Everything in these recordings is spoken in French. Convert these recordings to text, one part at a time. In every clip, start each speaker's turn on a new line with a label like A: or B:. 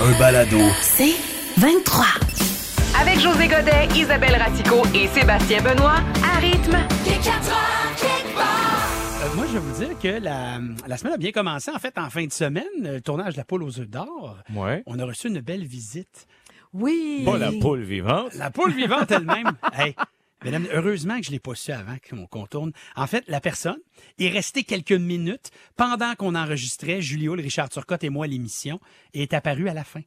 A: Un balado.
B: C'est 23.
C: Avec José Godet, Isabelle Ratico et Sébastien Benoît, à rythme.
D: Euh, moi, je vais vous dire que la, la semaine a bien commencé. En fait, en fin de semaine, le tournage de la poule aux œufs d'or,
E: Ouais.
D: on a reçu une belle visite.
B: Oui.
E: Pas la poule vivante.
D: La poule vivante elle-même. Hey, mesdames, heureusement que je ne l'ai pas su avant qu'on contourne. En fait, la personne est restée quelques minutes pendant qu'on enregistrait Julio, Richard Turcotte et moi l'émission et est apparue à la fin.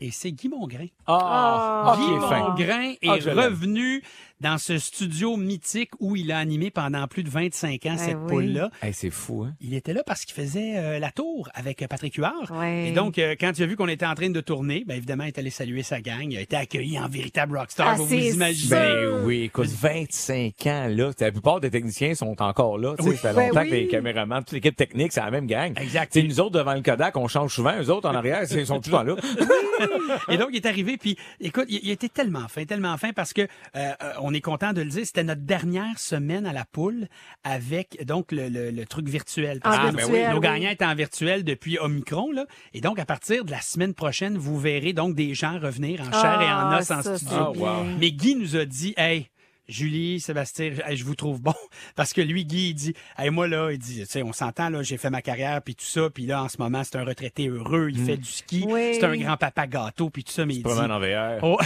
D: Et c'est Guy Mongrain.
E: Ah,
D: Guy
E: ok, fin.
D: Mongrain
E: Ah,
D: est
E: je l'aime.
D: revenu dans ce studio mythique où il a animé pendant plus de 25 ans cette
B: Ben oui.
D: poule-là.
E: Hey, c'est fou, hein?
D: Il était là parce qu'il faisait euh, la tour avec euh, Patrick Huard.
B: Ouais.
D: Et donc, euh, quand il a vu qu'on était en train de tourner, ben, évidemment, il est allé saluer sa gang. Il a été accueilli en véritable rockstar,
B: Ah,
D: vous vous
B: c'est
D: imaginez.
E: Ben oui, écoute, 25 ans, là. La plupart des techniciens sont encore là. tu sais, Ça fait
B: Ben
E: longtemps
B: oui.
E: que les caméramans, toute l'équipe technique, c'est la même gang.
D: Exact.
E: Tu sais, nous autres, devant le Kodak, on change souvent. Eux autres, en arrière, c'est- ils sont toujours là.
D: Et donc, il est arrivé, puis écoute, il, il était tellement fin, tellement fin, parce que euh, euh, on est content de le dire, c'était notre dernière semaine à la poule avec donc le, le- le truc virtuel. Parce
B: En
D: que nos-
B: virtuel,
D: nos
B: Ah, ben oui.
D: gagnants étaient en virtuel depuis Omicron, là. Et donc, à partir de la semaine prochaine, vous verrez donc des gens revenir en chair et en
B: Ah,
D: os en
B: ça,
D: studio.
B: c'est
E: Ah, wow.
B: bien.
D: Mais Guy nous a dit, hey, Julie, Sébastien, je- hey, je vous trouve bon. Parce que lui, Guy, il dit, hey, moi, là, il dit, tu sais, on s'entend, là, j'ai fait ma carrière, puis tout ça, puis là, en ce moment, c'est un retraité heureux, il fait du ski,
B: Oui.
D: c'est un grand-papa gâteau, puis tout ça, mais il dit...
E: Mm. Pas mal en VR.
D: Oh,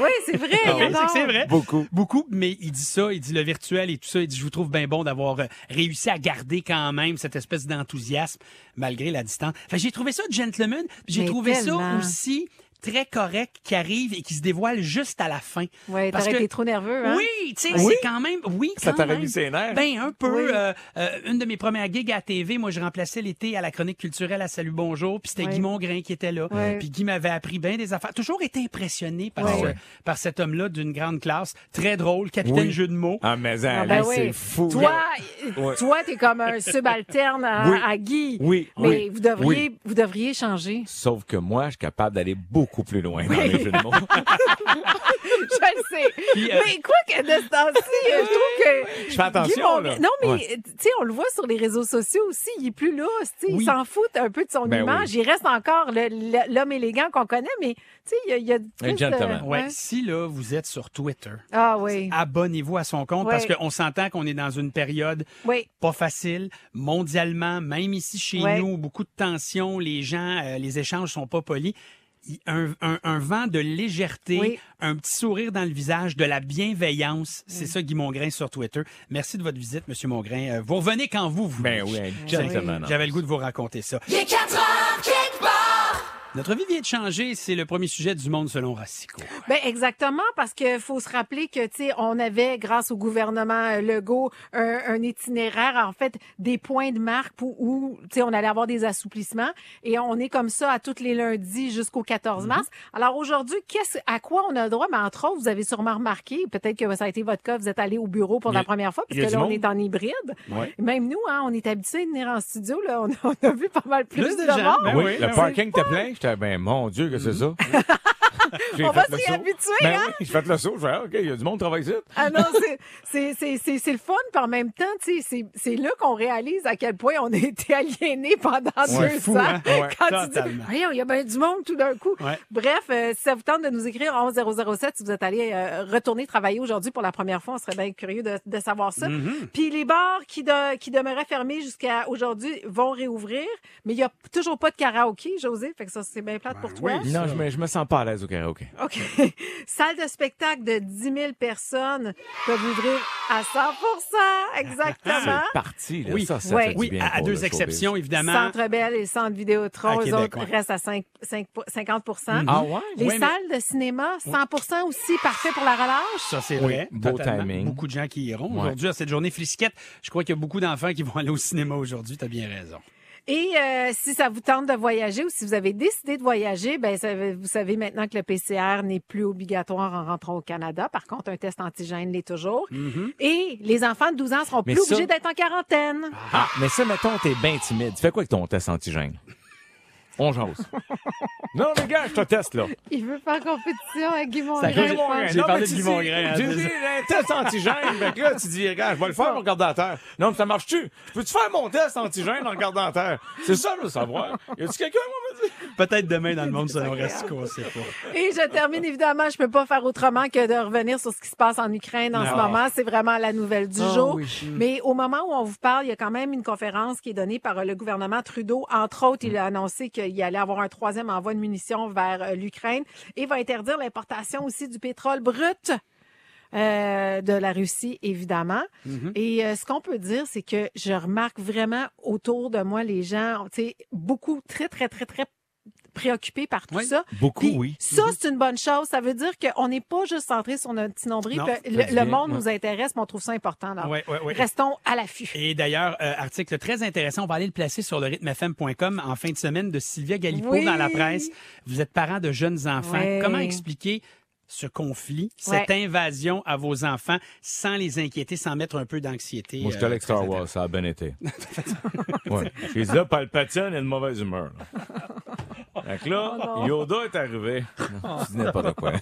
B: Oui, c'est vrai.
E: Ah
D: Ah oui, c'est
B: j'adore.
D: que c'est vrai.
E: Beaucoup.
D: Beaucoup, mais il dit ça, il dit le virtuel et tout ça, il dit, je vous trouve bien bon d'avoir euh, réussi à garder quand même cette espèce d'enthousiasme, malgré la distance. Fait que j'ai trouvé ça gentleman, puis j'ai
B: Mais
D: trouvé ça
B: tellement.
D: aussi très correct qui arrive et qui se dévoile juste à la fin.
B: Ouais,
D: Parce
B: t'aurais
D: que-
B: été trop nerveux, hein?
D: oui, tu sais,
E: Oui.
D: c'est quand même. Oui,
E: Ça
D: quand
E: t'aurait
D: même.
E: mis ses nerfs.
D: Ben, un peu.
B: Oui.
D: euh, euh, une de mes premières gigs à la TV, moi, je remplaçais l'été à la chronique culturelle à Salut Bonjour, puis c'était
B: Oui.
D: Guy Mongrain qui était là.
B: Oui.
D: Euh, Puis Guy m'avait appris bien des affaires. Toujours été impressionné par,
B: Oui.
D: ce-
B: Ah
E: ouais.
D: par cet homme-là d'une grande classe, très drôle, capitaine
E: Oui.
D: jeu de mots.
E: Ah, mais hein,
B: Ah, ben
E: là,
B: oui.
E: c'est fou.
B: Toi,
E: Ouais.
B: toi, t'es comme un subalterne à,
E: Oui.
B: à Guy.
E: Oui,
B: Mais
E: oui,
B: vous devriez, vous devriez changer.
E: Sauf que moi, je suis capable d'aller beaucoup plus loin dans les jeux de mots.
B: je le sais.
D: Puis, euh,
B: Mais quoi que de ce temps-ci, euh, je trouve que.
E: Je fais attention,
B: Guy Mongrain-
E: là.
B: Non, mais
E: Ouais.
B: tu sais, on le voit sur les réseaux sociaux aussi. Il est plus lousse. tu sais, Il
D: Oui.
B: s'en fout un peu de son
E: Ben
B: image. Il reste encore le- le- l'homme élégant qu'on connaît, mais tu sais, il y a, il y a plus de-
E: gentleman.
D: Ouais,
B: ouais.
D: Si là, vous êtes sur Twitter,
B: hein? Ah oui.
D: abonnez-vous à son compte
B: Ouais.
D: parce qu'on s'entend qu'on est dans une période
B: Oui.
D: pas facile mondialement, même ici chez
B: Ouais.
D: nous, beaucoup de tensions, les gens, euh, les échanges sont pas polis. Il- Un, un- un vent de légèreté,
B: Oui.
D: un petit sourire dans le visage, de la bienveillance.
E: Mm.
D: C'est ça, Guy Mongrain sur Twitter. Merci de votre visite, Monsieur Mongrain. Euh, Vous revenez quand vous voulez.
E: Ben oui, un
D: J'avais-
E: gentleman. hein.
D: J'avais le goût de vous raconter ça. Notre vie vient de changer. C'est le premier sujet du monde selon Racicot.
B: Ben exactement parce que faut se rappeler que tu sais on avait grâce au gouvernement euh, Legault un, un itinéraire en fait des points de marque où, où tu sais on allait avoir des assouplissements et on est comme ça à tous les lundis jusqu'au 14
E: Mm-hmm.
B: mars. Alors aujourd'hui qu'est-ce à quoi on a droit Mais entre autres vous avez sûrement remarqué peut-être que ça a été votre cas vous êtes allé au bureau pour
E: Il y a-
B: la première fois parce
E: il y a
B: que
E: du
B: là on
E: monde.
B: est en hybride.
E: Ouais.
B: Même nous hein, on est habitués de venir en studio là on a, on a vu pas mal plus,
D: Plus de
B: de,
D: gens,
B: monde.
D: ben
E: oui,
D: oui, Mm.
E: le
D: ben
E: parking était plein. J'étais, ben mon Dieu, que c'est ça? J'ai
B: On va
E: fait le
B: s'y
E: saut.
B: habituer,
E: Ben
B: hein?
E: oui, j'ai fait le saut. Je fais, ah, OK, il y a du monde qui travaille ici.
B: Ah non, c'est- c'est- c'est c'est- c'est le fun, puis en même temps, tu sais, c'est- c'est là qu'on réalise à quel point on a été aliénés pendant
D: Ouais,
B: deux
D: fou,
B: ans.
D: hein? Ouais,
B: Quand tu dis,
D: totalement.
B: voyons, il y a bien du monde tout d'un coup.
D: Ouais.
B: Bref, euh, si ça vous tente de nous écrire à 11007 si vous êtes allé euh, retourner travailler aujourd'hui pour la première fois, on serait bien curieux de, de savoir ça.
D: Mm-hmm.
B: Puis les bars qui, de- qui demeuraient fermés jusqu'à aujourd'hui vont réouvrir, mais il n'y a toujours pas de karaoké, José, fait que ça, c'est bien
D: Ben
B: plate pour toi.
D: Ah,
E: Non, je me, je me sens pas à l'aise au karaoké.
B: OK. Salle de spectacle de 10 000 personnes peuvent ouvrir à 100 exactement.
E: C'est parti, là.
D: Ah. Oui.
E: Ça, ça
B: Ouais.
E: fait du
D: Eh Oui,
E: bien
D: à, à
E: pour le
D: deux
E: showbiz.
D: exceptions, évidemment.
B: Centre Bell et le Centre Vidéotron,
D: À
B: eux
D: Québec,
B: autres
D: ouais. Mm-hmm.
B: restent à 5, 5, 50
E: Ah ouais?
B: Les
D: Ouais, mais-
B: salles de cinéma, 100 aussi, parfait pour la relâche.
D: Ça, c'est
E: Oui,
D: vrai.
E: beau
D: totalement.
E: timing.
D: Beaucoup de gens qui iront.
E: Ouais.
D: Aujourd'hui, à cette journée frisquette, je crois qu'il y a beaucoup d'enfants qui vont aller au cinéma aujourd'hui. T'as bien raison.
B: Et euh, si ça vous tente de voyager ou si vous avez décidé de voyager, ben ça- vous savez maintenant que le PCR n'est plus obligatoire en rentrant au Canada. Par contre, un test antigène l'est toujours.
D: Mm-hmm.
B: Et les enfants de 12 ans seront
E: Mais
B: plus
E: ça-
B: obligés d'être en quarantaine.
E: Ah, mais ça, mettons, t'es bien timide. Tu fais quoi avec ton test antigène? On jase. non, mais gars, je te teste, là.
B: Il veut faire compétition avec Guy
D: Ça
B: Mongrain,
D: cause-
B: je pense.
D: J'ai parlé de Guy Mongrain, hein,
E: J'ai
D: c'est
E: dit, j'ai un euh, test antigène. fait que là, tu dis, regarde, je vais le faire en regardant à terre. Non, mais ça marche-tu? Je Peux-tu faire mon test antigène en regardant à terre? C'est ça, je veux savoir. Y a-tu quelqu'un, moi, me dit?
D: Peut-être demain dans le monde selon Rastico, on sait pas.
B: Et je termine évidemment, je peux pas faire autrement que de revenir sur ce qui se passe en Ukraine en ce moment. C'est vraiment la nouvelle du jour. Mais au moment où on vous parle, il y a quand même une conférence qui est donnée par euh, le gouvernement Trudeau. Entre autres, il a annoncé qu'il allait avoir un troisième envoi de munitions vers euh, l'Ukraine et va interdire l'importation aussi du pétrole brut. euh, de la Russie, évidemment. Et euh, ce qu'on peut dire, c'est que je remarque vraiment autour de moi les gens, tu sais, beaucoup, très, très, très, très préoccupés par tout
D: Oui. Mm-hmm.
B: ça.
E: Beaucoup,
B: Puis Ça, c'est une bonne chose. Ça veut dire qu'on n'est pas juste centré sur notre petit nombril.
D: Non,
B: Puis
D: ça
B: le,
E: fait du
B: le
E: bien,
B: monde
E: ouais.
B: nous intéresse, mais on trouve ça important. là.
D: Ouais, ouais, ouais.
B: Restons à l'affût.
D: Et d'ailleurs, euh, article très intéressant, on va aller le placer sur le rythmefm.com en fin de semaine de Sylvia Galipo
B: Oui.
D: dans la presse. Vous êtes parents de jeunes enfants.
B: Ouais.
D: Comment expliquer ce conflit, cette invasion à vos enfants sans les inquiéter, sans mettre un peu d'anxiété?
E: Moi, je
D: euh,
E: te l'extra
D: très
E: Wars, ça a bien été. ouais. J'ai dit là, Palpatine est de mauvaise humeur. là. Fait que là,
D: Oh,
E: Yoda est arrivé. Je dis n'importe quoi.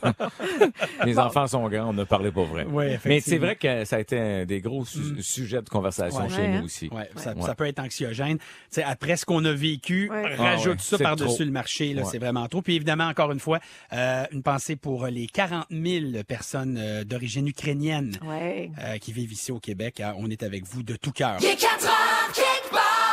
E: Les enfants sont grands, on ne parlait pas vrai.
D: Ouais, effectivement. Mm.
E: Mais c'est vrai que ça a été un des gros su- sujets de conversation
D: Ouais.
E: chez
B: Ouais, hein.
E: nous aussi.
D: Ouais, Ça,
E: Ouais.
D: ça peut être anxiogène. T'sais, après ce qu'on a vécu,
B: Ouais.
D: rajoute
E: Ah ouais,
D: ça
E: c'est
D: par-dessus
E: trop.
D: le marché. là,
E: Ouais.
D: C'est vraiment trop. Puis évidemment, encore une fois, euh, une pensée pour les 40 000 personnes euh, d'origine ukrainienne
B: Ouais.
D: euh, qui vivent ici au Québec. hein. On est avec vous de tout cœur.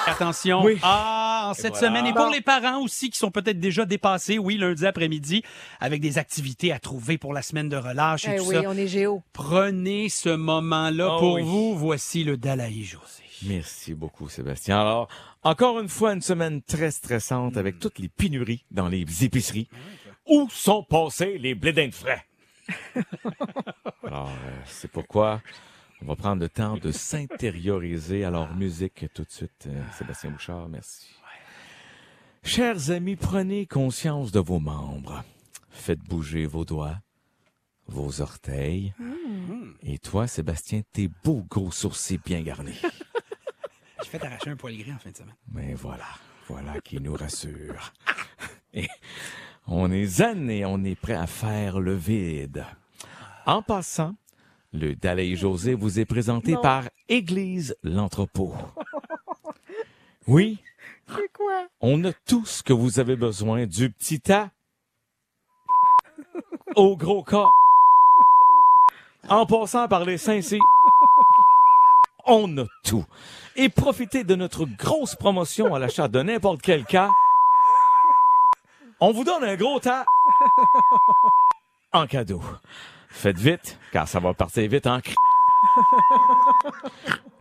D: Attention.
E: Oui.
D: Ah, en cette
E: voilà.
D: semaine. Et pour les parents aussi qui sont peut-être déjà dépassés, oui, lundi après-midi, avec des activités à trouver pour la semaine de relâche et
B: Eh
D: tout
B: oui,
D: ça.
B: on est géo.
D: Prenez ce moment-là
E: Oh
D: pour
E: oui.
D: vous. Voici le Dalaï José.
E: Merci beaucoup, Sébastien. Alors, encore une fois, une semaine très stressante avec toutes les pénuries dans les épiceries. Où sont passés les blés d'Inde frais? Alors, euh, c'est pourquoi on va prendre le temps de s'intérioriser. Alors, musique tout de suite, euh, Sébastien Bouchard, merci. Chers amis, prenez conscience de vos membres. Faites bouger vos doigts, vos orteils. Et toi, Sébastien, tes beaux gros sourcils bien garnis.
D: J'ai fait arracher un poil gris en fin de semaine.
E: Mais voilà, voilà qui nous rassure. Et on est zen et on est prêt à faire le vide. En passant, le Dalai José vous est présenté par Église l'entrepôt. Oui,
B: C'est quoi?
E: on a tout ce que vous avez besoin, du petit tas au gros corps. En passant par les Saint-Cy, on a tout. Et profitez de notre grosse promotion à l'achat de n'importe quel cas. On vous donne un gros tas en cadeau. Faites vite, car ça va partir vite en cri.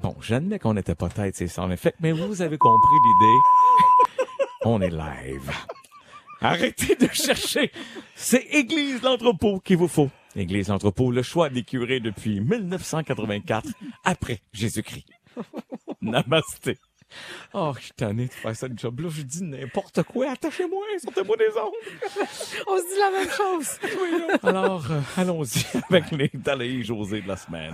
E: Bon, j'admets qu'on n'était pas tête, c'est sans effet, mais vous avez compris l'idée. On est live. Arrêtez de chercher. C'est Église l'entrepôt qu'il vous faut. Église l'entrepôt, le choix des curés depuis 1984 après Jésus-Christ. Namasté. Oh, je suis tanné de faire ça le job-là. Je dis n'importe quoi. Attachez-moi, sortez-moi des ondes.
B: On se dit la même chose.
E: Alors, euh, allons-y avec les Dalaï José de la semaine.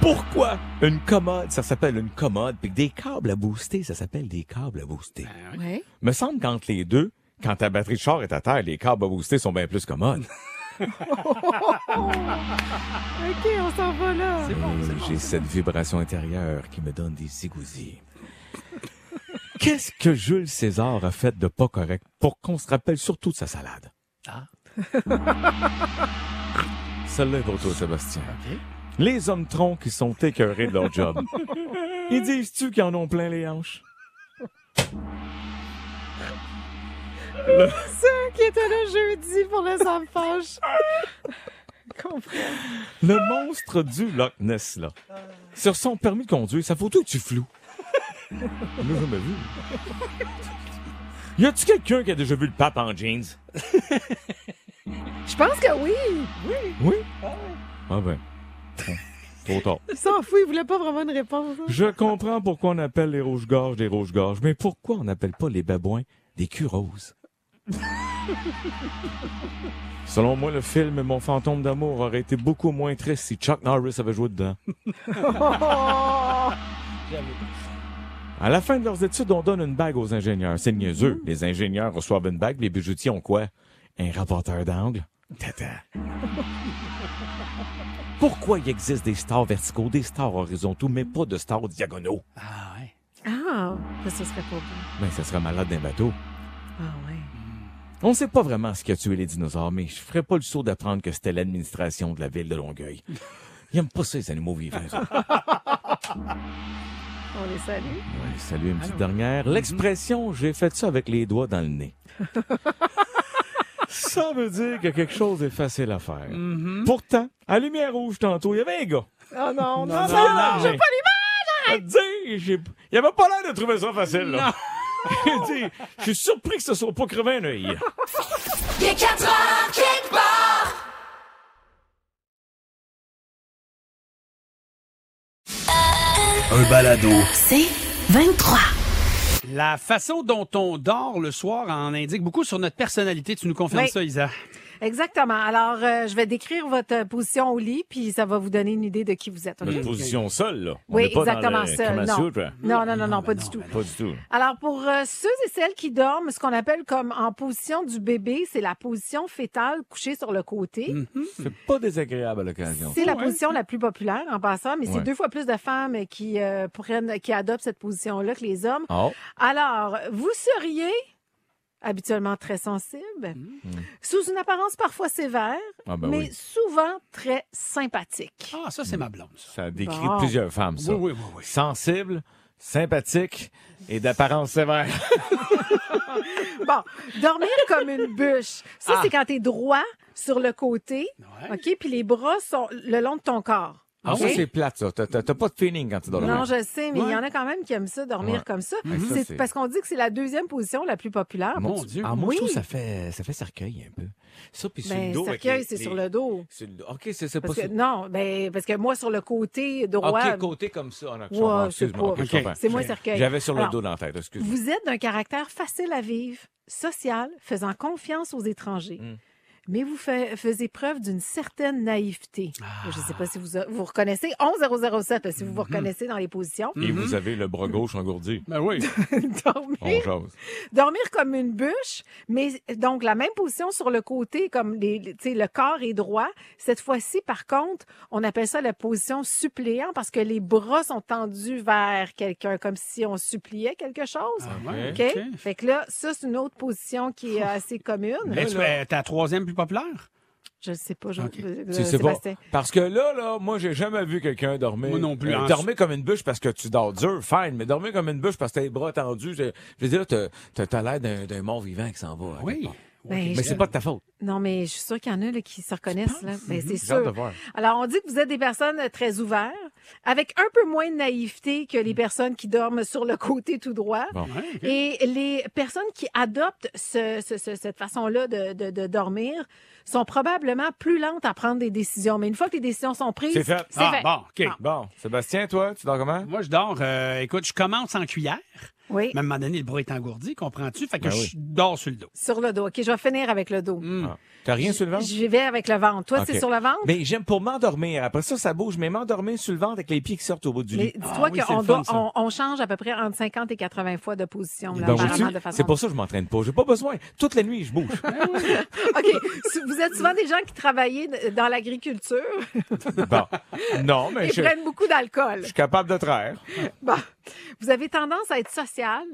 E: Pourquoi une commode, ça s'appelle une commode, puis que des câbles à booster, ça s'appelle des câbles à booster.
B: Ouais.
E: Me semble qu'entre les deux, quand ta batterie de char est à terre, les câbles à booster sont bien plus commodes.
B: OK, on s'en va là.
E: Et Euh, J'ai cette vibration intérieure qui me donne des zigouillis. Qu'est-ce que Jules César a fait de pas correct pour qu'on se rappelle surtout de sa salade?
D: Ah.
E: Celle-là est pour toi, Sébastien. Les hommes troncs qui sont écœurés de leur job. Ils disent-tu qu'ils en ont plein les hanches?
B: Ceux qui étaient là jeudi pour le Sam fâche. Comprends.
E: Le monstre du Loch Ness, là. Sur son permis de conduire, sa photo est-tu floue? Je l'ai jamais vu. Y a-tu quelqu'un qui a déjà vu le pape en jeans?
B: Je pense que oui.
E: Oui? Ah ben. Trop tard.
F: Il s'en fout, il voulait pas vraiment une réponse. hein.
E: Je comprends pourquoi on appelle les rouges-gorges des rouges-gorges, mais pourquoi on n'appelle pas les babouins des curoses? Selon moi, le film Mon fantôme d'amour aurait été beaucoup moins triste si Chuck Norris avait joué dedans. À la fin de leurs études, on donne une bague aux ingénieurs. C'est niaiseux. Les ingénieurs reçoivent une bague, les bijoutiers ont quoi? Un rapporteur d'angle? Tata. Pourquoi il existe des stars verticaux, des stars horizontaux, mais pas de stars diagonaux?
D: Ah, ouais.
B: Ah, ça, ce serait pas bon.
E: Ben, ça serait malade d'un bateau.
B: Ah ouais.
E: On ne sait pas vraiment ce qui a tué les dinosaures, mais je ferais pas le saut d'apprendre que c'était l'administration de la ville de Longueuil. Ils aiment pas ça, les animaux vivants. eux autres.
F: On les salue.
E: Ouais, salut,
F: Ah
E: une petite dernière. L'expression « j'ai fait ça avec les doigts dans le nez ». Ça veut dire que quelque chose est facile à faire.
F: Mm-hmm.
E: Pourtant, à Lumière Rouge, tantôt, il y avait un gars.
F: Oh
B: Ah,
F: non, non, non.
E: j'ai pas l'image! Il avait pas l'air de trouver ça facile, là. Il dit, je suis surpris que ce soit pas crevé un œil.
A: Il est 4 heures quelque part.
G: un balado,
A: C'est 23.
D: La façon dont on dort le soir en indique beaucoup sur notre personnalité. Tu nous confirmes
B: Oui.
D: ça, Isa?
B: Exactement. Alors, euh, je vais décrire votre euh, position au lit, puis ça va vous donner une idée de qui vous êtes. ok?
D: Ben,
E: Notre position seule, là. On
B: Oui,
E: est pas dans
B: exactement
E: le
B: seule,
E: Kama
B: non.
E: Sutra.
B: Non, non, non, non, pas
D: ben
B: du
D: non,
B: tout.
D: ben
E: Pas du tout.
B: Alors, pour euh, ceux et celles qui dorment, ce qu'on appelle comme en position du bébé, c'est la position fétale couchée sur le côté.
E: Hmm. C'est pas désagréable à l'occasion.
B: C'est la position la plus populaire en passant, mais
E: Ouais.
B: c'est deux fois plus de femmes qui euh, prennent, qui adoptent cette position-là que les hommes.
E: Oh.
B: Alors, vous seriez habituellement très sensible,
D: Hmm.
B: sous une apparence parfois sévère,
E: Ah ben
B: mais
E: oui.
B: souvent très sympathique.
D: Ah, ça, c'est ma blonde, ça.
E: Ça décrit
B: Bon.
E: plusieurs femmes, ça.
D: Oui, oui, oui, oui.
E: Sensible, sympathique et d'apparence sévère.
B: Bon, dormir comme une bûche, ça
E: Ah.
B: c'est quand t'es droit sur le côté,
D: Ouais.
B: ok, puis les bras sont le long de ton corps.
E: Ah,
B: ok?
E: ça, c'est plate, ça. T'as, t'as- t'as pas de feeling quand tu dors
B: Non,
E: là.
B: je sais, mais il
D: Ouais.
B: y en a quand même qui aiment ça, dormir
E: Ouais.
B: comme ça.
E: Ouais, ça,
B: C'est
E: c'est-
B: parce qu'on dit que c'est la deuxième position la plus populaire.
D: Mon Dieu.
E: Ah, moi,
B: Oui.
E: je trouve que ça fait, ça fait cercueil un peu. Ça, puis sur le
B: Ben,
E: dos. avec
B: cercueil,
E: les-
B: c'est
E: les-
B: sur le dos.
E: sur le dos. OK, c'est, c'est pas
B: Parce que,
E: sur...
B: non, ben, parce que moi, sur le côté droit,
E: OK, côté comme ça. Ah, non, je
B: Ouais,
E: comprends.
B: c'est
E: Excuse-moi.
B: pas-
E: OK, je
D: OK.
E: comprends.
B: c'est moi cercueil.
E: J'avais sur le
B: Alors,
E: dos dans la tête. Excuse-moi.
B: Vous êtes d'un caractère facile à vivre, social, faisant confiance aux étrangers.
E: Mm.
B: Mais vous fa- faisiez preuve d'une certaine naïveté.
E: Ah.
B: Je ne sais pas si vous vous reconnaissez. 11007, si vous
E: Mm-hmm.
B: vous reconnaissez dans les positions.
E: Et vous avez le bras gauche engourdi.
D: Ben oui.
B: Dormir-
E: On jase.
B: dormir comme une bûche, mais donc la même position sur le côté, comme les, les- tu sais, le corps est droit. Cette fois-ci, par contre, on appelle ça la position suppléant parce que les bras sont tendus vers quelqu'un, comme si on suppliait quelque chose.
D: Ah,
E: ouais,
B: OK? Fait que là, ça, c'est une autre position qui est assez commune.
D: Mais tu es ta troisième plus populaire?
B: Je ne sais pas, je,
D: Ok.
B: euh,
E: Tu sais pas.
B: Sébastien.
E: Parce que là, là, moi, j'ai jamais vu quelqu'un dormir.
D: Moi non plus,
E: Euh,
D: hein.
E: dormir comme une bûche parce que tu dors dur, fine. Mais dormir comme une bûche parce que t'as les bras tendus, je, je veux dire, t'as- t'as t'as l'air d'un d'un mort vivant qui s'en va.
D: Oui.
B: Ben,
E: Mais
B: je-
E: c'est pas de ta faute.
B: Non, mais je suis sûre qu'il y en a là, qui se reconnaissent. Là. Ben, c'est
E: Mhm. J'ai hâte de
B: sûr.
E: voir.
B: Alors, on dit que vous êtes des personnes euh, très ouvertes, avec un peu moins de naïveté que les
E: Mm.
B: personnes qui dorment sur le côté tout droit.
E: Bon.
D: Ouais.
B: Et les personnes qui adoptent ce- ce- ce- cette façon-là de, de- de dormir sont probablement plus lentes à prendre des décisions. Mais une fois que les décisions sont prises,
E: C'est fait.
D: Ah,
B: fait.
D: bon, OK.
E: Bon, Sébastien, toi, tu dors comment?
D: Moi, je dors, euh, écoute, je commence en cuillère.
B: Oui,
D: Même à un moment donné, le bras est engourdi, comprends-tu? Fait que
E: Ben
D: je
E: oui.
D: dors sur le dos.
B: sur le dos. OK, je vais finir avec le dos.
D: Mm.
E: Ah. T'as rien sur le ventre?
B: Je vais avec le ventre. Toi,
E: Ok.
B: c'est sur le ventre?
E: Mais j'aime pour m'endormir. Après ça, ça bouge, mais m'endormir sur le ventre avec les pieds qui sortent au bout du
B: Mais
E: lit.
B: dis-toi
D: Ah oui, c'est
B: qu'on
D: le fun,
B: doit-
D: ça.
B: on, on change à peu près entre 50 et 80 fois de position, là,
E: Donc,
B: apparemment,
E: vois-tu,
B: de façon.
E: Ben c'est pour ça que je m'entraîne pas. J'ai pas besoin. Toute la nuit, je bouge.
B: OK. Si Vous êtes souvent des gens qui travaillent d- dans l'agriculture
E: bon. Non, mais
B: et
E: Ben, je,
B: prennent beaucoup d'alcool.
E: je suis capable de traire.
B: Bon. Vous avez tendance à être social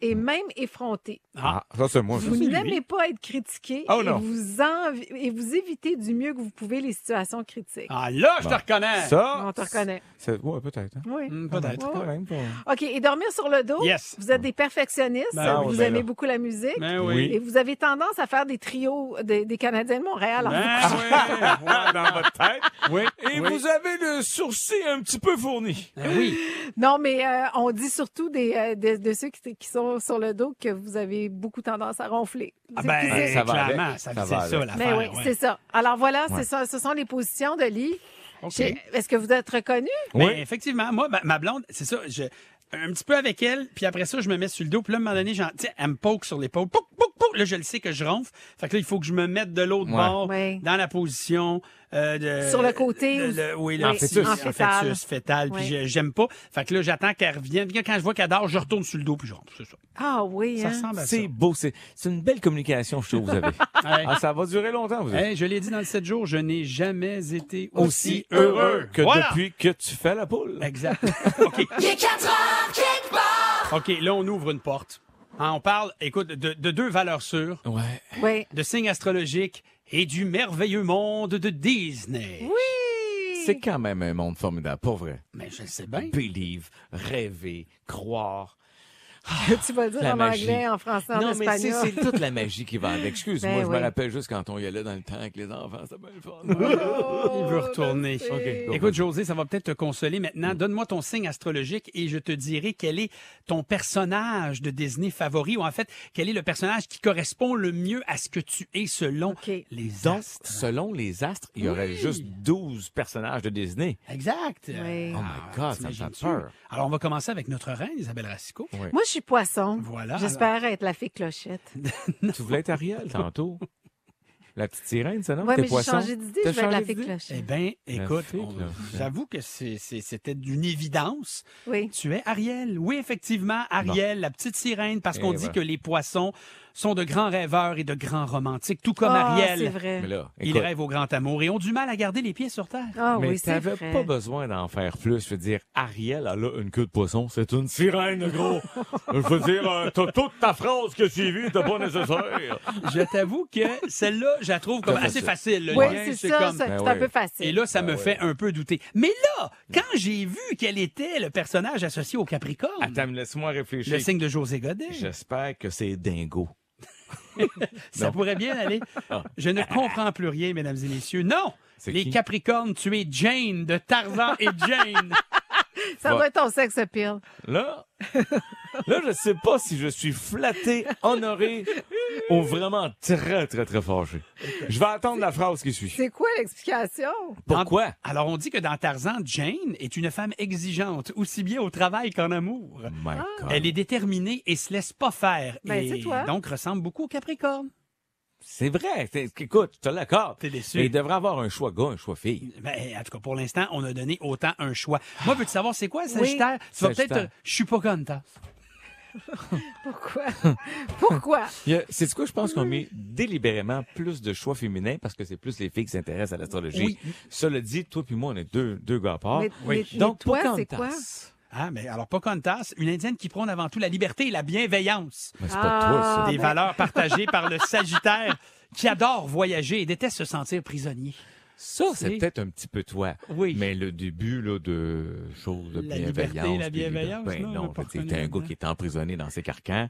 B: et
E: Mm.
B: même effronté.
E: Ah, ça, c'est moi. ça.
B: Vous n'aimez pas être critiqué
E: Oh
B: et,
E: non.
B: vous envi- et vous évitez du mieux que vous pouvez les situations critiques.
D: Ah, là, je
E: Bon.
D: te reconnais.
E: Ça,
B: On te reconnaît.
E: c'est- ouais, peut-être. hein.
B: Oui.
D: Hmm, Peut-être.
B: Ouais,
E: Quand
B: ouais.
E: même, pas-
B: OK. Et dormir sur le dos,
D: Yes.
B: vous êtes des perfectionnistes,
D: Ben
B: vous
E: oui, ben
B: aimez
E: là.
B: beaucoup la musique.
D: Ben
E: Oui.
D: oui.
B: Et vous avez tendance à faire des trios des, des Canadiens de Montréal. en
D: Ben
B: boucle.
D: oui. Ouais,
E: dans votre tête.
D: Oui.
E: Et
D: oui.
E: vous avez le sourcil un petit peu fourni.
D: Ben oui.
B: Non, mais euh, on dit surtout des, euh, de, de ceux qui, qui sont sur le dos que vous avez beaucoup tendance à ronfler.
D: Ah,
B: C'est-
D: ben,
B: c'est-
E: ça va
D: clairement,
E: avec.
D: ça,
E: Ça
D: c'est
E: va
D: ça,
E: avec.
B: Ben
D: l'affaire.
B: oui,
D: ouais.
B: c'est ça. Alors voilà,
E: Ouais.
B: c'est ça. Ce sont les positions de lit.
D: OK.
B: Je- Est-ce que vous êtes reconnu?
D: Mais
E: Oui.
D: effectivement, moi, ma, ma blonde, c'est ça, je, un petit peu avec elle, puis après ça, je me mets sur le dos, puis là, à un moment donné, j'en- tu sais, elle me poke sur l'épaule, pouk, pouk, pouk, là, je le sais que je ronfle, fait que là, il faut que je me mette de l'autre
E: Ouais.
D: bord,
B: Ouais.
D: dans la position... euh, de,
B: Sur le côté
D: de-
B: ou-
D: le- oui,
B: En
D: le
B: fœtus.
D: en
B: En
D: fœtus,
B: fœtal.
D: fœtal, puis
B: Ouais.
D: je- j'aime pas, fait que là, j'attends qu'elle revienne, Puis quand je vois qu'elle dort, je retourne sur le dos, puis je ronfle, c'est ça.
B: Ah oui,
D: Ça
B: hein?
D: ressemble à ça.
E: C'est beau, c'est c'est une belle communication, je trouve, vous avez.
D: Ouais.
E: Ah, ça va durer longtemps, vous avez.
D: Hey, je l'ai dit dans le 7 jours, je n'ai jamais été aussi,
E: Aussi heureux que
D: Voilà.
E: depuis que tu fais la poule.
D: Exact. OK.
A: Il est 4 heures, kick barre.
D: OK, là, on ouvre une porte. Hein, on parle, écoute, de, de deux valeurs sûres,
E: Ouais.
B: Oui.
D: de signes astrologiques et du merveilleux monde de Disney.
E: C'est quand même un monde formidable, pour vrai.
D: Mais je le sais bien.
E: Believe, rêver, croire.
B: Tu vas le dire
E: La
B: en
E: magie.
B: anglais, en français, en
E: non, mais c'est-
B: espagnol.
E: c'est toute la magie qui va avec. Excuse-moi,
B: Ben
E: je
B: oui.
E: me rappelle juste quand on y allait dans le temps avec les enfants, c'était bien le fun.
A: Oh,
D: Il veut retourner.
E: OK.
D: Écoute, José, ça va peut-être te consoler maintenant. Donne-moi ton signe astrologique et je te dirai quel est ton personnage de Disney favori ou en fait, quel est le personnage qui correspond le mieux à ce que tu es selon
B: OK.
D: les
E: Donc,
D: astres.
E: selon les astres, il y aurait juste 12 personnages de Disney.
D: Exact. Euh, ah,
B: Oui.
E: Oh my God, ça me fait
D: t'imagines-tu?
E: peur.
D: Alors, on va commencer avec notre reine, Isabelle Racicot.
E: Oui.
B: Moi, je suis poisson.
D: Voilà,
B: J'espère être la fée clochette.
E: Tu voulais être Ariel tantôt. La petite sirène, ça, non?
B: Oui,
E: T'es
B: mais j'ai
E: poisson?
B: changé d'idée,
E: T'as
B: je vais être la
E: changé
B: fée
E: d'idée?
D: Eh
B: clochette.
D: bien, écoute,
E: fille,
D: on-
E: là.
D: j'avoue que c'est- c'est- c'était d'une évidence.
E: Eh,
B: Oui.
D: Tu es Ariel. Oui, effectivement, Ariel, la petite sirène, parce
E: Eh
D: qu'on
E: ben.
D: dit que les poissons sont de grands rêveurs et de grands romantiques, tout comme
B: Ah, C'est
D: Ariel.
B: vrai.
E: Mais là,
D: Ils
E: écoute,
D: rêvent au grand amour et ont du mal à garder les pieds sur terre.
B: Ah
E: mais
B: oui, c'est
E: t'avais
B: vrai.
E: pas besoin d'en faire plus. Je veux dire, Ariel, elle a une queue de poisson. C'est une sirène, gros. Je veux dire, euh, t'as toute ta phrase que j'ai vue, t'as pas nécessaire.
D: Je t'avoue que celle-là, je la trouve comme
E: Très
D: assez facile. le
B: Oui,
D: lien,
B: c'est ça,
D: comme-
B: ça, c'est
E: Ben
B: un
E: oui.
B: peu facile.
D: Et là, ça me fait un peu douter. Mais là, quand j'ai vu quel était le personnage associé au Capricorne,
E: Attends, mais laisse-moi
D: le
E: réfléchir.
D: signe de José Godet,
E: J'espère que c'est dingo.
D: ça
E: non.
D: pourrait bien aller.
E: Ah.
D: Je ne comprends plus rien, mesdames et messieurs. Non!
E: C'est
D: Les
E: qui?
D: Capricornes, tu es Jane de Tarzan et Jane.
B: Ça doit être ton sexe pile.
E: Là, là, je sais pas si je suis flatté, honoré ou vraiment très, très, très fâché. Je vais attendre la phrase qui suit.
B: C'est quoi l'explication?
E: Pourquoi?
D: Alors, on dit que dans Tarzan, Jane est une femme exigeante, aussi bien au travail qu'en amour.
E: My God.
D: Ah. Elle est déterminée et se laisse pas faire.
B: Ben,
D: et
B: c'est toi.
D: donc ressemble beaucoup au Capricorne.
E: C'est vrai. C'est- Écoute, je te l'accorde.
D: T'es déçu.
E: Mais il devrait avoir un choix gars, un choix fille.
D: Ben, en tout cas, pour l'instant, on a donné autant un choix. Moi, veux-tu savoir c'est quoi, Sagittaire? Tu vas
E: Sagittaire.
D: peut-être... euh, Je suis pas content.
B: Pourquoi? Pourquoi?
E: C'est quoi, je pense qu'on met délibérément plus de choix féminins parce que c'est plus les filles qui s'intéressent à l'astrologie.
D: Oui.
E: Cela dit, toi puis moi, on est deux, deux gars à part.
B: Mais- mais- mais
E: Ah, Donc,
B: toi,
E: Pocahontas.
B: c'est quoi?
D: Ah, mais alors, pas Contas, une Indienne qui prône avant tout la liberté et la bienveillance.
E: Mais c'est pas toi, ça.
D: Des valeurs partagées par le Sagittaire qui adore voyager et déteste se sentir prisonnier.
E: Ça, c'est
D: C'est-
E: peut-être un petit peu toi.
D: Oui.
E: Mais le début là, de choses de
D: La
E: bienveillance.
D: liberté, la
E: puis
D: bienveillance,
E: Ben
D: non, on
E: non,
D: l'a pas
E: je veux dire, t'es un
D: reconnu
E: gars qui est emprisonné dans ses carcans.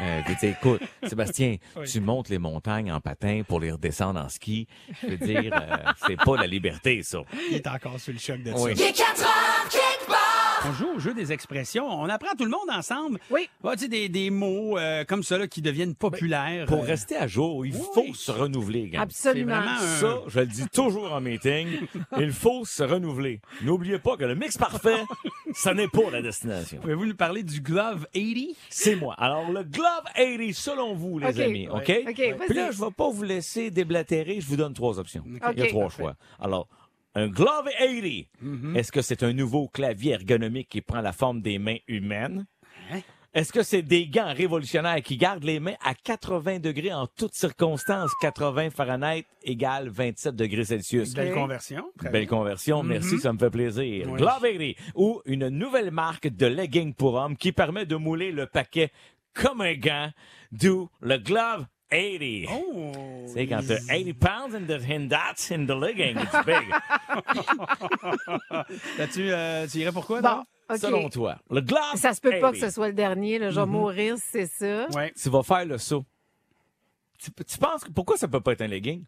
E: Euh, je veux dire, écoute, Sébastien,
D: Oui.
E: tu montes les montagnes en patin pour les redescendre en ski. Je veux dire, euh, c'est pas la liberté, ça.
D: Il est encore sur le choc de
E: Oui.
D: ça.
A: Il est 4 heures, kick barre.
D: On joue au jeu des expressions. On apprend tout le monde ensemble.
B: Oui.
D: Ah, tu sais, des, des mots euh, comme ça là, qui deviennent populaires.
E: Pour
D: Euh,
E: rester à jour, il faut se renouveler, gang.
B: Absolument.
D: vraiment un-
E: Ça, je le dis toujours en meeting, il faut se renouveler. N'oubliez pas que le mix parfait, ça n'est pas la destination.
D: Pouvez-vous nous parler du Glove 80?
E: C'est moi. Alors, le Glove 80, selon vous, les
B: Ok.
E: amis, OK?
B: Ouais. Ok, vas-y.
E: Puis là, je ne vais pas vous laisser déblatérer, je vous donne trois options. Il y a
B: Ok.
E: trois choix. Alors, un Glove 80,
B: Mm-hmm.
E: est-ce que c'est un nouveau clavier ergonomique qui prend la forme des mains humaines?
B: Hein?
E: Est-ce que c'est des gants révolutionnaires qui gardent les mains à 80 degrés en toutes circonstances? 80 Fahrenheit égale 27 degrés Celsius.
D: Belle conversion. Très
E: Belle
D: bien. Mm-hmm.
E: conversion, merci, ça me fait plaisir.
D: Oui.
E: Glovery, ou une nouvelle marque de leggings pour hommes qui permet de mouler le paquet comme un gant, d'où le Glove 80.
D: Oh,
E: C'est quand t'as 80 pounds in the, in that, in the legging, it's big.
D: Là-dessus, euh, tu irais pourquoi?
B: Bon, OK.
E: Selon toi, Eh Mm-hmm. le Glove
B: Ça se peut pas que
E: 80.
B: ce soit le dernier. Là. Je vais mourir si c'est ça.
D: Oui.
E: Tu vas faire le saut. Tu, tu penses que pourquoi ça peut pas être un legging?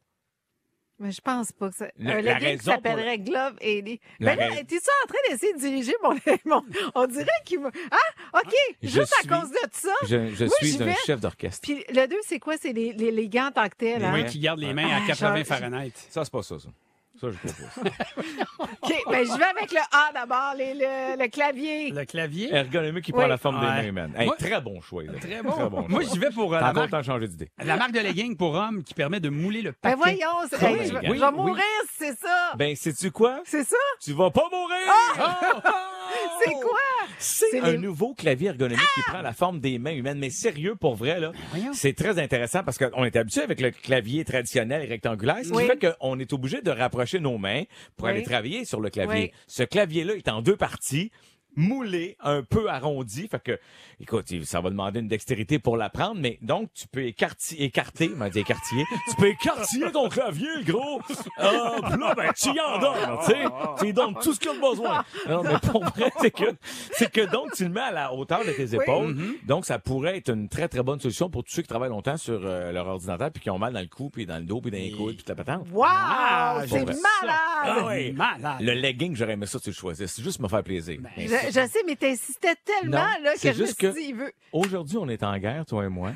B: Mais je pense pas que ça. Euh,
E: Le-
B: un
E: la
B: legging qui
E: raison pour
B: s'appellerait Glove Haley.
E: La
B: Ben Mais là,
E: rais-
B: t'es-tu en train d'essayer de diriger mon. mon- On dirait qu'il me. Ah, OK.
E: Je
B: Juste
E: suis-
B: à cause de ça.
E: Je, je
B: Oui, j'y
E: suis un
B: vais.
E: chef d'orchestre.
B: Puis le deux, c'est quoi? C'est les, les, les gants en tant que tels.
E: Les
B: hein?
D: Oui, qui garde les mains à
B: Ah,
D: 80
B: genre-
D: Fahrenheit.
E: Ça, c'est pas ça, ça. Ça, je propose.
B: OK, ben, je vais avec le A d'abord, les- le, le clavier.
D: Le clavier.
E: Ergonomique qui
B: Oui.
E: prend la forme
D: Ouais.
E: des mains, man. Hey,
D: Moi-
E: très bon choix. là.
D: Très bon.
E: choix.
D: Moi, j'y vais pour euh,
E: T'as
D: la,
E: encore
D: marque,
E: le temps de changer d'idée.
D: la marque de legging pour homme qui permet de mouler le
B: Ben
D: paquet.
B: voyons, c'est-
E: Très
B: hey, je, vais-
E: élégant.
B: je vais
D: Oui,
B: mourir si c'est ça.
E: Ben, sais-tu quoi?
B: C'est ça?
E: Tu vas pas mourir! Oh!
B: C'est quoi?
E: C'est
B: Ah! C'est
E: un
B: les-
E: nouveau clavier ergonomique qui prend la forme des mains humaines. Mais sérieux, pour vrai,
B: Ben
E: là,
D: voyons.
E: c'est très intéressant parce qu'on est habitué avec le clavier traditionnel et rectangulaire, ce qui
B: Oui.
E: fait qu'on est obligé de rapprocher nos mains pour
B: Oui.
E: aller travailler sur le
B: Oui.
E: clavier. Ce clavier-là est en deux parties moulé, un peu arrondi, fait que, écoute, il- ça va demander une dextérité pour l'apprendre, mais donc, tu peux écarti- écarter, on m'a dit écartier, tu peux écartier ton clavier, le gros, euh, pis là, ben, tu y en donnes, tu sais, tu y donnes tout ce qu'il a besoin. Non, mais pour vrai, c'est que, c'est que donc, tu le mets à la hauteur de tes épaules,
B: Mm-hmm.
E: donc, ça pourrait être une très, très bonne solution pour tous ceux qui travaillent longtemps sur euh, leur ordinateur, puis qui ont mal dans le cou, puis dans le dos, puis dans les couilles, puis toute la patente.
B: Wow!
D: Ah,
B: c'est
E: j'aimerais
B: malade!
D: ça. Ah
E: oui.
D: Malade.
E: Le legging, j'aurais aimé ça que tu le choisisses, juste me faire plaisir. Mais
B: Ben, Je, je sais, mais t'insistais tellement
E: Non,
B: là,
E: c'est
B: que je me
E: juste
B: suis
E: que-
B: dit, il veut.
E: Aujourd'hui, on est en guerre, toi et moi.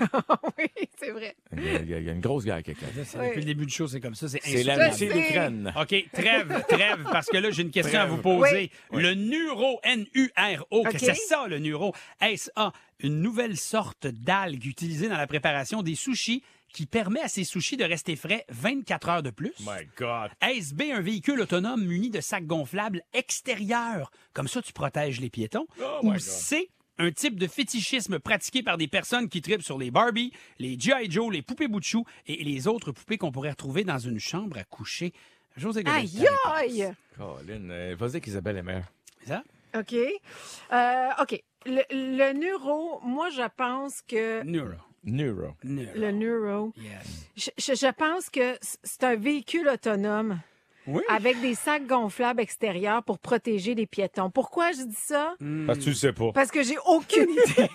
B: oui, c'est vrai.
E: Il y a, il y a- il y a une grosse guerre quelque part.
D: Ça, Depuis le début du show, c'est comme ça. C'est
E: C'est la
D: insoutenable.
E: moitié de
B: sais.
E: l'Ukraine.
D: OK, trêve, trêve, parce que là, j'ai une question à vous poser. Le Nuro, N-U-R-O, que
B: OK.
D: c'est ça, le Nuro? Est-ce A, une nouvelle sorte d'algue utilisée dans la préparation des sushis qui permet à ces sushis de rester frais 24 heures de plus?
E: God.
D: Est-ce B, un véhicule autonome muni de sacs gonflables extérieurs? Comme ça, tu protèges les piétons.
E: Oh
B: Oh
D: Ou C, un type de fétichisme pratiqué par des personnes qui tripent sur les Barbie, les G.I. Joe, les poupées bout de chou et les autres poupées qu'on pourrait retrouver dans une chambre à coucher. José Godet,
B: Aïe,
D: ta réponse.
B: aïe!
E: Colin, euh, vas-y qu'Isabelle est meilleure.
D: C'est ça?
B: OK. Euh, OK. Le, le neuro, moi, je pense que.
D: Neuro.
E: Neuro.
D: Neuro.
B: Le neuro.
D: Yes.
B: Je, je- je pense que c- c'est un véhicule autonome
D: Oui.
B: avec des sacs gonflables extérieurs pour protéger les piétons. Pourquoi je dis ça?
E: Parce que tu le sais pas.
B: Parce que j'ai aucune idée.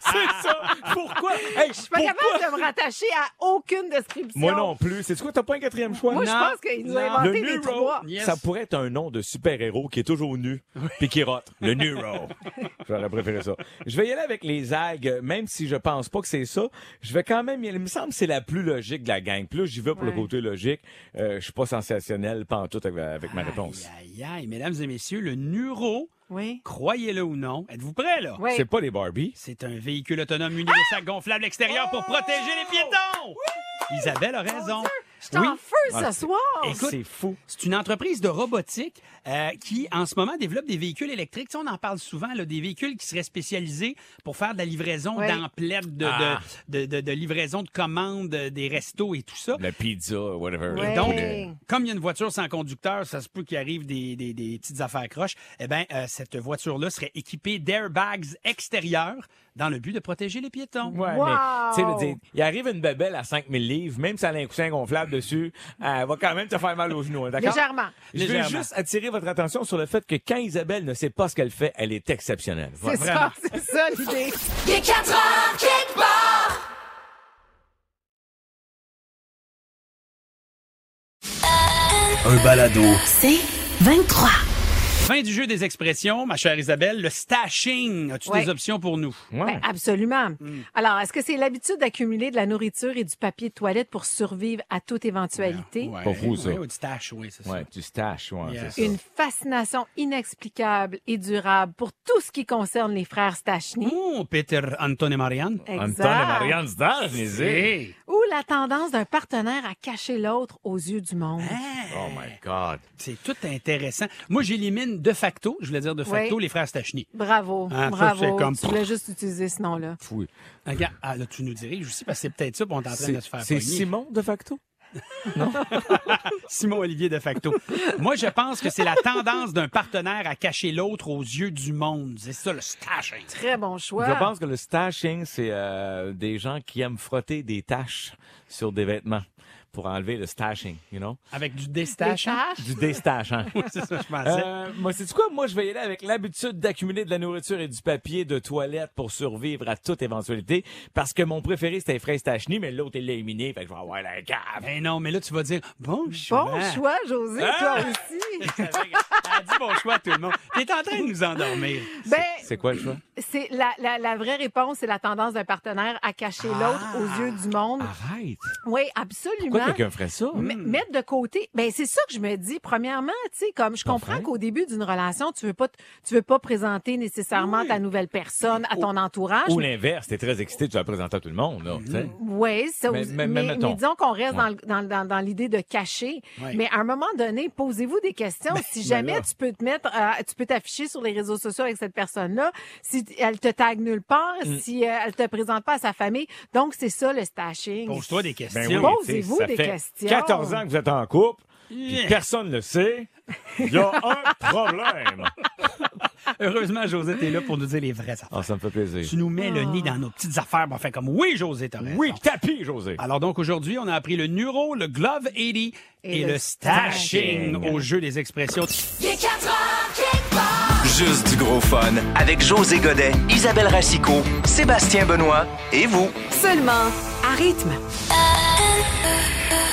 E: C'est ça! Pourquoi? Hey,
B: Je suis pas capable de me rattacher à aucune description.
E: Moi non plus. C'est quoi? T'as pas un quatrième choix?
B: Moi, je
D: Non.
B: pense qu'il nous a
D: Non.
B: inventé
E: Le
B: les
E: neuro.
B: trois.
D: Yes.
E: Ça pourrait être un nom de super-héros qui est toujours nu, puis qui rote. Le Neuro. J'aurais préféré ça. Je vais y aller avec les algues, même si je pense pas que c'est ça. Je vais quand même y aller. Il me semble que c'est la plus logique de la gang. Plus j'y vais pour le
B: Ouais.
E: côté logique, euh, je suis pas sensationnel pantoute avec, avec ma réponse.
D: Aïe, aïe, aïe. Mesdames et messieurs, le Nuro,
B: Oui.
D: croyez-le ou non, êtes-vous prêts, là?
B: Oui.
E: C'est pas les Barbies.
D: C'est un véhicule autonome muni de
B: Ah!
D: sacs gonflables extérieurs pour
B: Oh!
D: protéger les piétons. Isabelle a raison.
B: Je suis en feu ce soir.
D: Écoute,
E: Ah, C'est fou.
D: C'est une entreprise de robotique euh, qui, en ce moment, développe des véhicules électriques. Tu sais, on en parle souvent, là, des véhicules qui seraient spécialisés pour faire de la livraison
B: Oui.
D: d'emplettes, de,
E: Ah.
D: de, de- de livraison de commandes, euh, des restos et tout ça.
E: La pizza, whatever.
B: Ouais.
D: Donc,
B: Hey.
D: comme il y a une voiture sans conducteur, ça se peut qu'il arrive des, des- des petites affaires croches. Eh bien, cette voiture-là serait équipée d'airbags extérieurs dans le but de protéger les piétons.
E: Ouais,
B: Wow!
E: mais, tu sais, le dire, il arrive une bébelle à 5000 livres, même si elle a un coussin gonflable dessus, elle va quand même te faire mal aux genoux, hein, d'accord?
B: Légèrement.
E: Je veux
D: Légèrement.
E: juste attirer votre attention sur le fait que quand Isabelle ne sait pas ce qu'elle fait, elle est exceptionnelle.
B: C'est ça, c'est ça l'idée.
A: Il est 4 heures, quelque part.
G: Un balado.
H: C'est 23.
D: Fin du jeu des expressions, ma chère Isabelle, le stashing. As-tu
B: Ouais.
D: des options pour nous?
E: Ouais.
B: Ben, absolument.
D: Mm.
B: Alors, est-ce que c'est l'habitude d'accumuler de la nourriture et du papier de toilette pour survivre à toute éventualité?
D: Ouais.
E: Pas fou, ça.
D: Ouais, ouais, du stash, oui, c'est
E: Ouais,
D: ça.
E: tu staches, ouais,
D: Yeah.
E: c'est ça.
B: Une fascination inexplicable et durable pour tout ce qui concerne les frères Stachny.
D: Oh, Peter, Anton et Marianne.
B: Exact.
E: Anton et Marianne Stache, les
D: Hey.
B: Ou la tendance d'un partenaire à cacher l'autre aux yeux du monde.
D: Hein?
E: Oh my God.
D: Ah, C'est tout intéressant. Moi, j'élimine de facto, je voulais dire de facto,
B: Ouais.
D: les frères Stachny.
B: Bravo,
D: Ah, ça,
B: bravo.
D: c'est comme-
B: Tu voulais juste utiliser ce nom-là.
E: Fou.
D: Regarde, ah, là, tu nous diriges aussi, parce que c'est peut-être ça qu'on est en train de se faire
E: C'est
D: pogner.
E: Simon, de facto?
D: Simon Olivier de facto. Moi, je pense que c'est la tendance d'un partenaire à cacher l'autre aux yeux du monde. C'est ça, le stashing.
B: Très bon choix.
E: Je pense que le stashing, c'est euh, des gens qui aiment frotter des taches sur des vêtements pour enlever le stashing, you know?
D: Avec du
B: Les
D: déstache.
B: tâches,
E: Du hein. déstachant.
D: c'est ça, je pensais.
E: Euh, moi, c'est quoi? Moi, je vais y aller avec l'habitude d'accumuler de la nourriture et du papier de toilette pour survivre à toute éventualité. Parce que mon préféré, c'était les fraises Tachny, mais l'autre, il l'a éliminé. Fait que je vais avoir la cave.
D: Ben non, mais là, tu vas dire bon choix.
B: bon choix, José,
E: Ah!
B: toi aussi.
D: Elle a dit bon choix à tout le monde. T'es en train de nous endormir.
B: Ben,
E: C'est c'est quoi le choix?
B: C'est la, la, la vraie réponse, c'est la tendance d'un partenaire à cacher
D: Ah!
B: l'autre aux yeux du monde.
E: Arrête!
B: Oui, absolument.
E: Pourquoi quelqu'un Hmm. ferait ça?
B: Mais- mettre de côté, ben c'est ça que je me dis. Premièrement, tu sais, comme je comprends qu'au début d'une relation, tu veux pas, t- tu veux pas présenter nécessairement ta nouvelle personne à ton entourage.
E: Hmm. Ou l'inverse, t'es très excité, tu vas la présenter à tout le monde, là, tu sais.
B: Oui, ça
E: Mais-
B: aussi-
E: mais-
B: mais,
E: mais mettons.
B: mais disons qu'on reste dans
E: Ouais.
B: le- dans, dans- dans l'idée de cacher.
D: Ouais.
B: Mais à un moment donné, posez-vous des questions.
E: Ben,
B: si jamais tu peux te mettre, euh, tu peux t'afficher sur les réseaux sociaux avec cette personne-là, si t- elle te tag nulle part,
E: Hmm.
B: si euh, elle te présente pas à sa famille. Donc, c'est ça le stashing.
D: Pose-toi des
E: Ben
D: questions.
E: oui,
B: Posez-vous
E: tu sais, ça
B: des
E: fait
B: questions.
E: 14 ans que vous êtes en couple, puis
D: Yeah.
E: personne ne le sait. Il y a un problème.
D: Heureusement, Josette est là pour nous dire les vraies affaires.
E: Ah, ça me fait plaisir.
D: Tu nous mets le nez dans nos petites affaires, ben, on fait comme oui, José, t'as raison.
E: Oui, tapis, José.
D: Alors donc aujourd'hui, on a appris le neuro, le glove 80 et,
B: le
D: le stashing au jeu des expressions.
A: Il est 4 heures, quelque part.
G: Juste du gros fun avec José Godet, Isabelle Racicot, Sébastien Benoît et vous.
C: Seulement à rythme.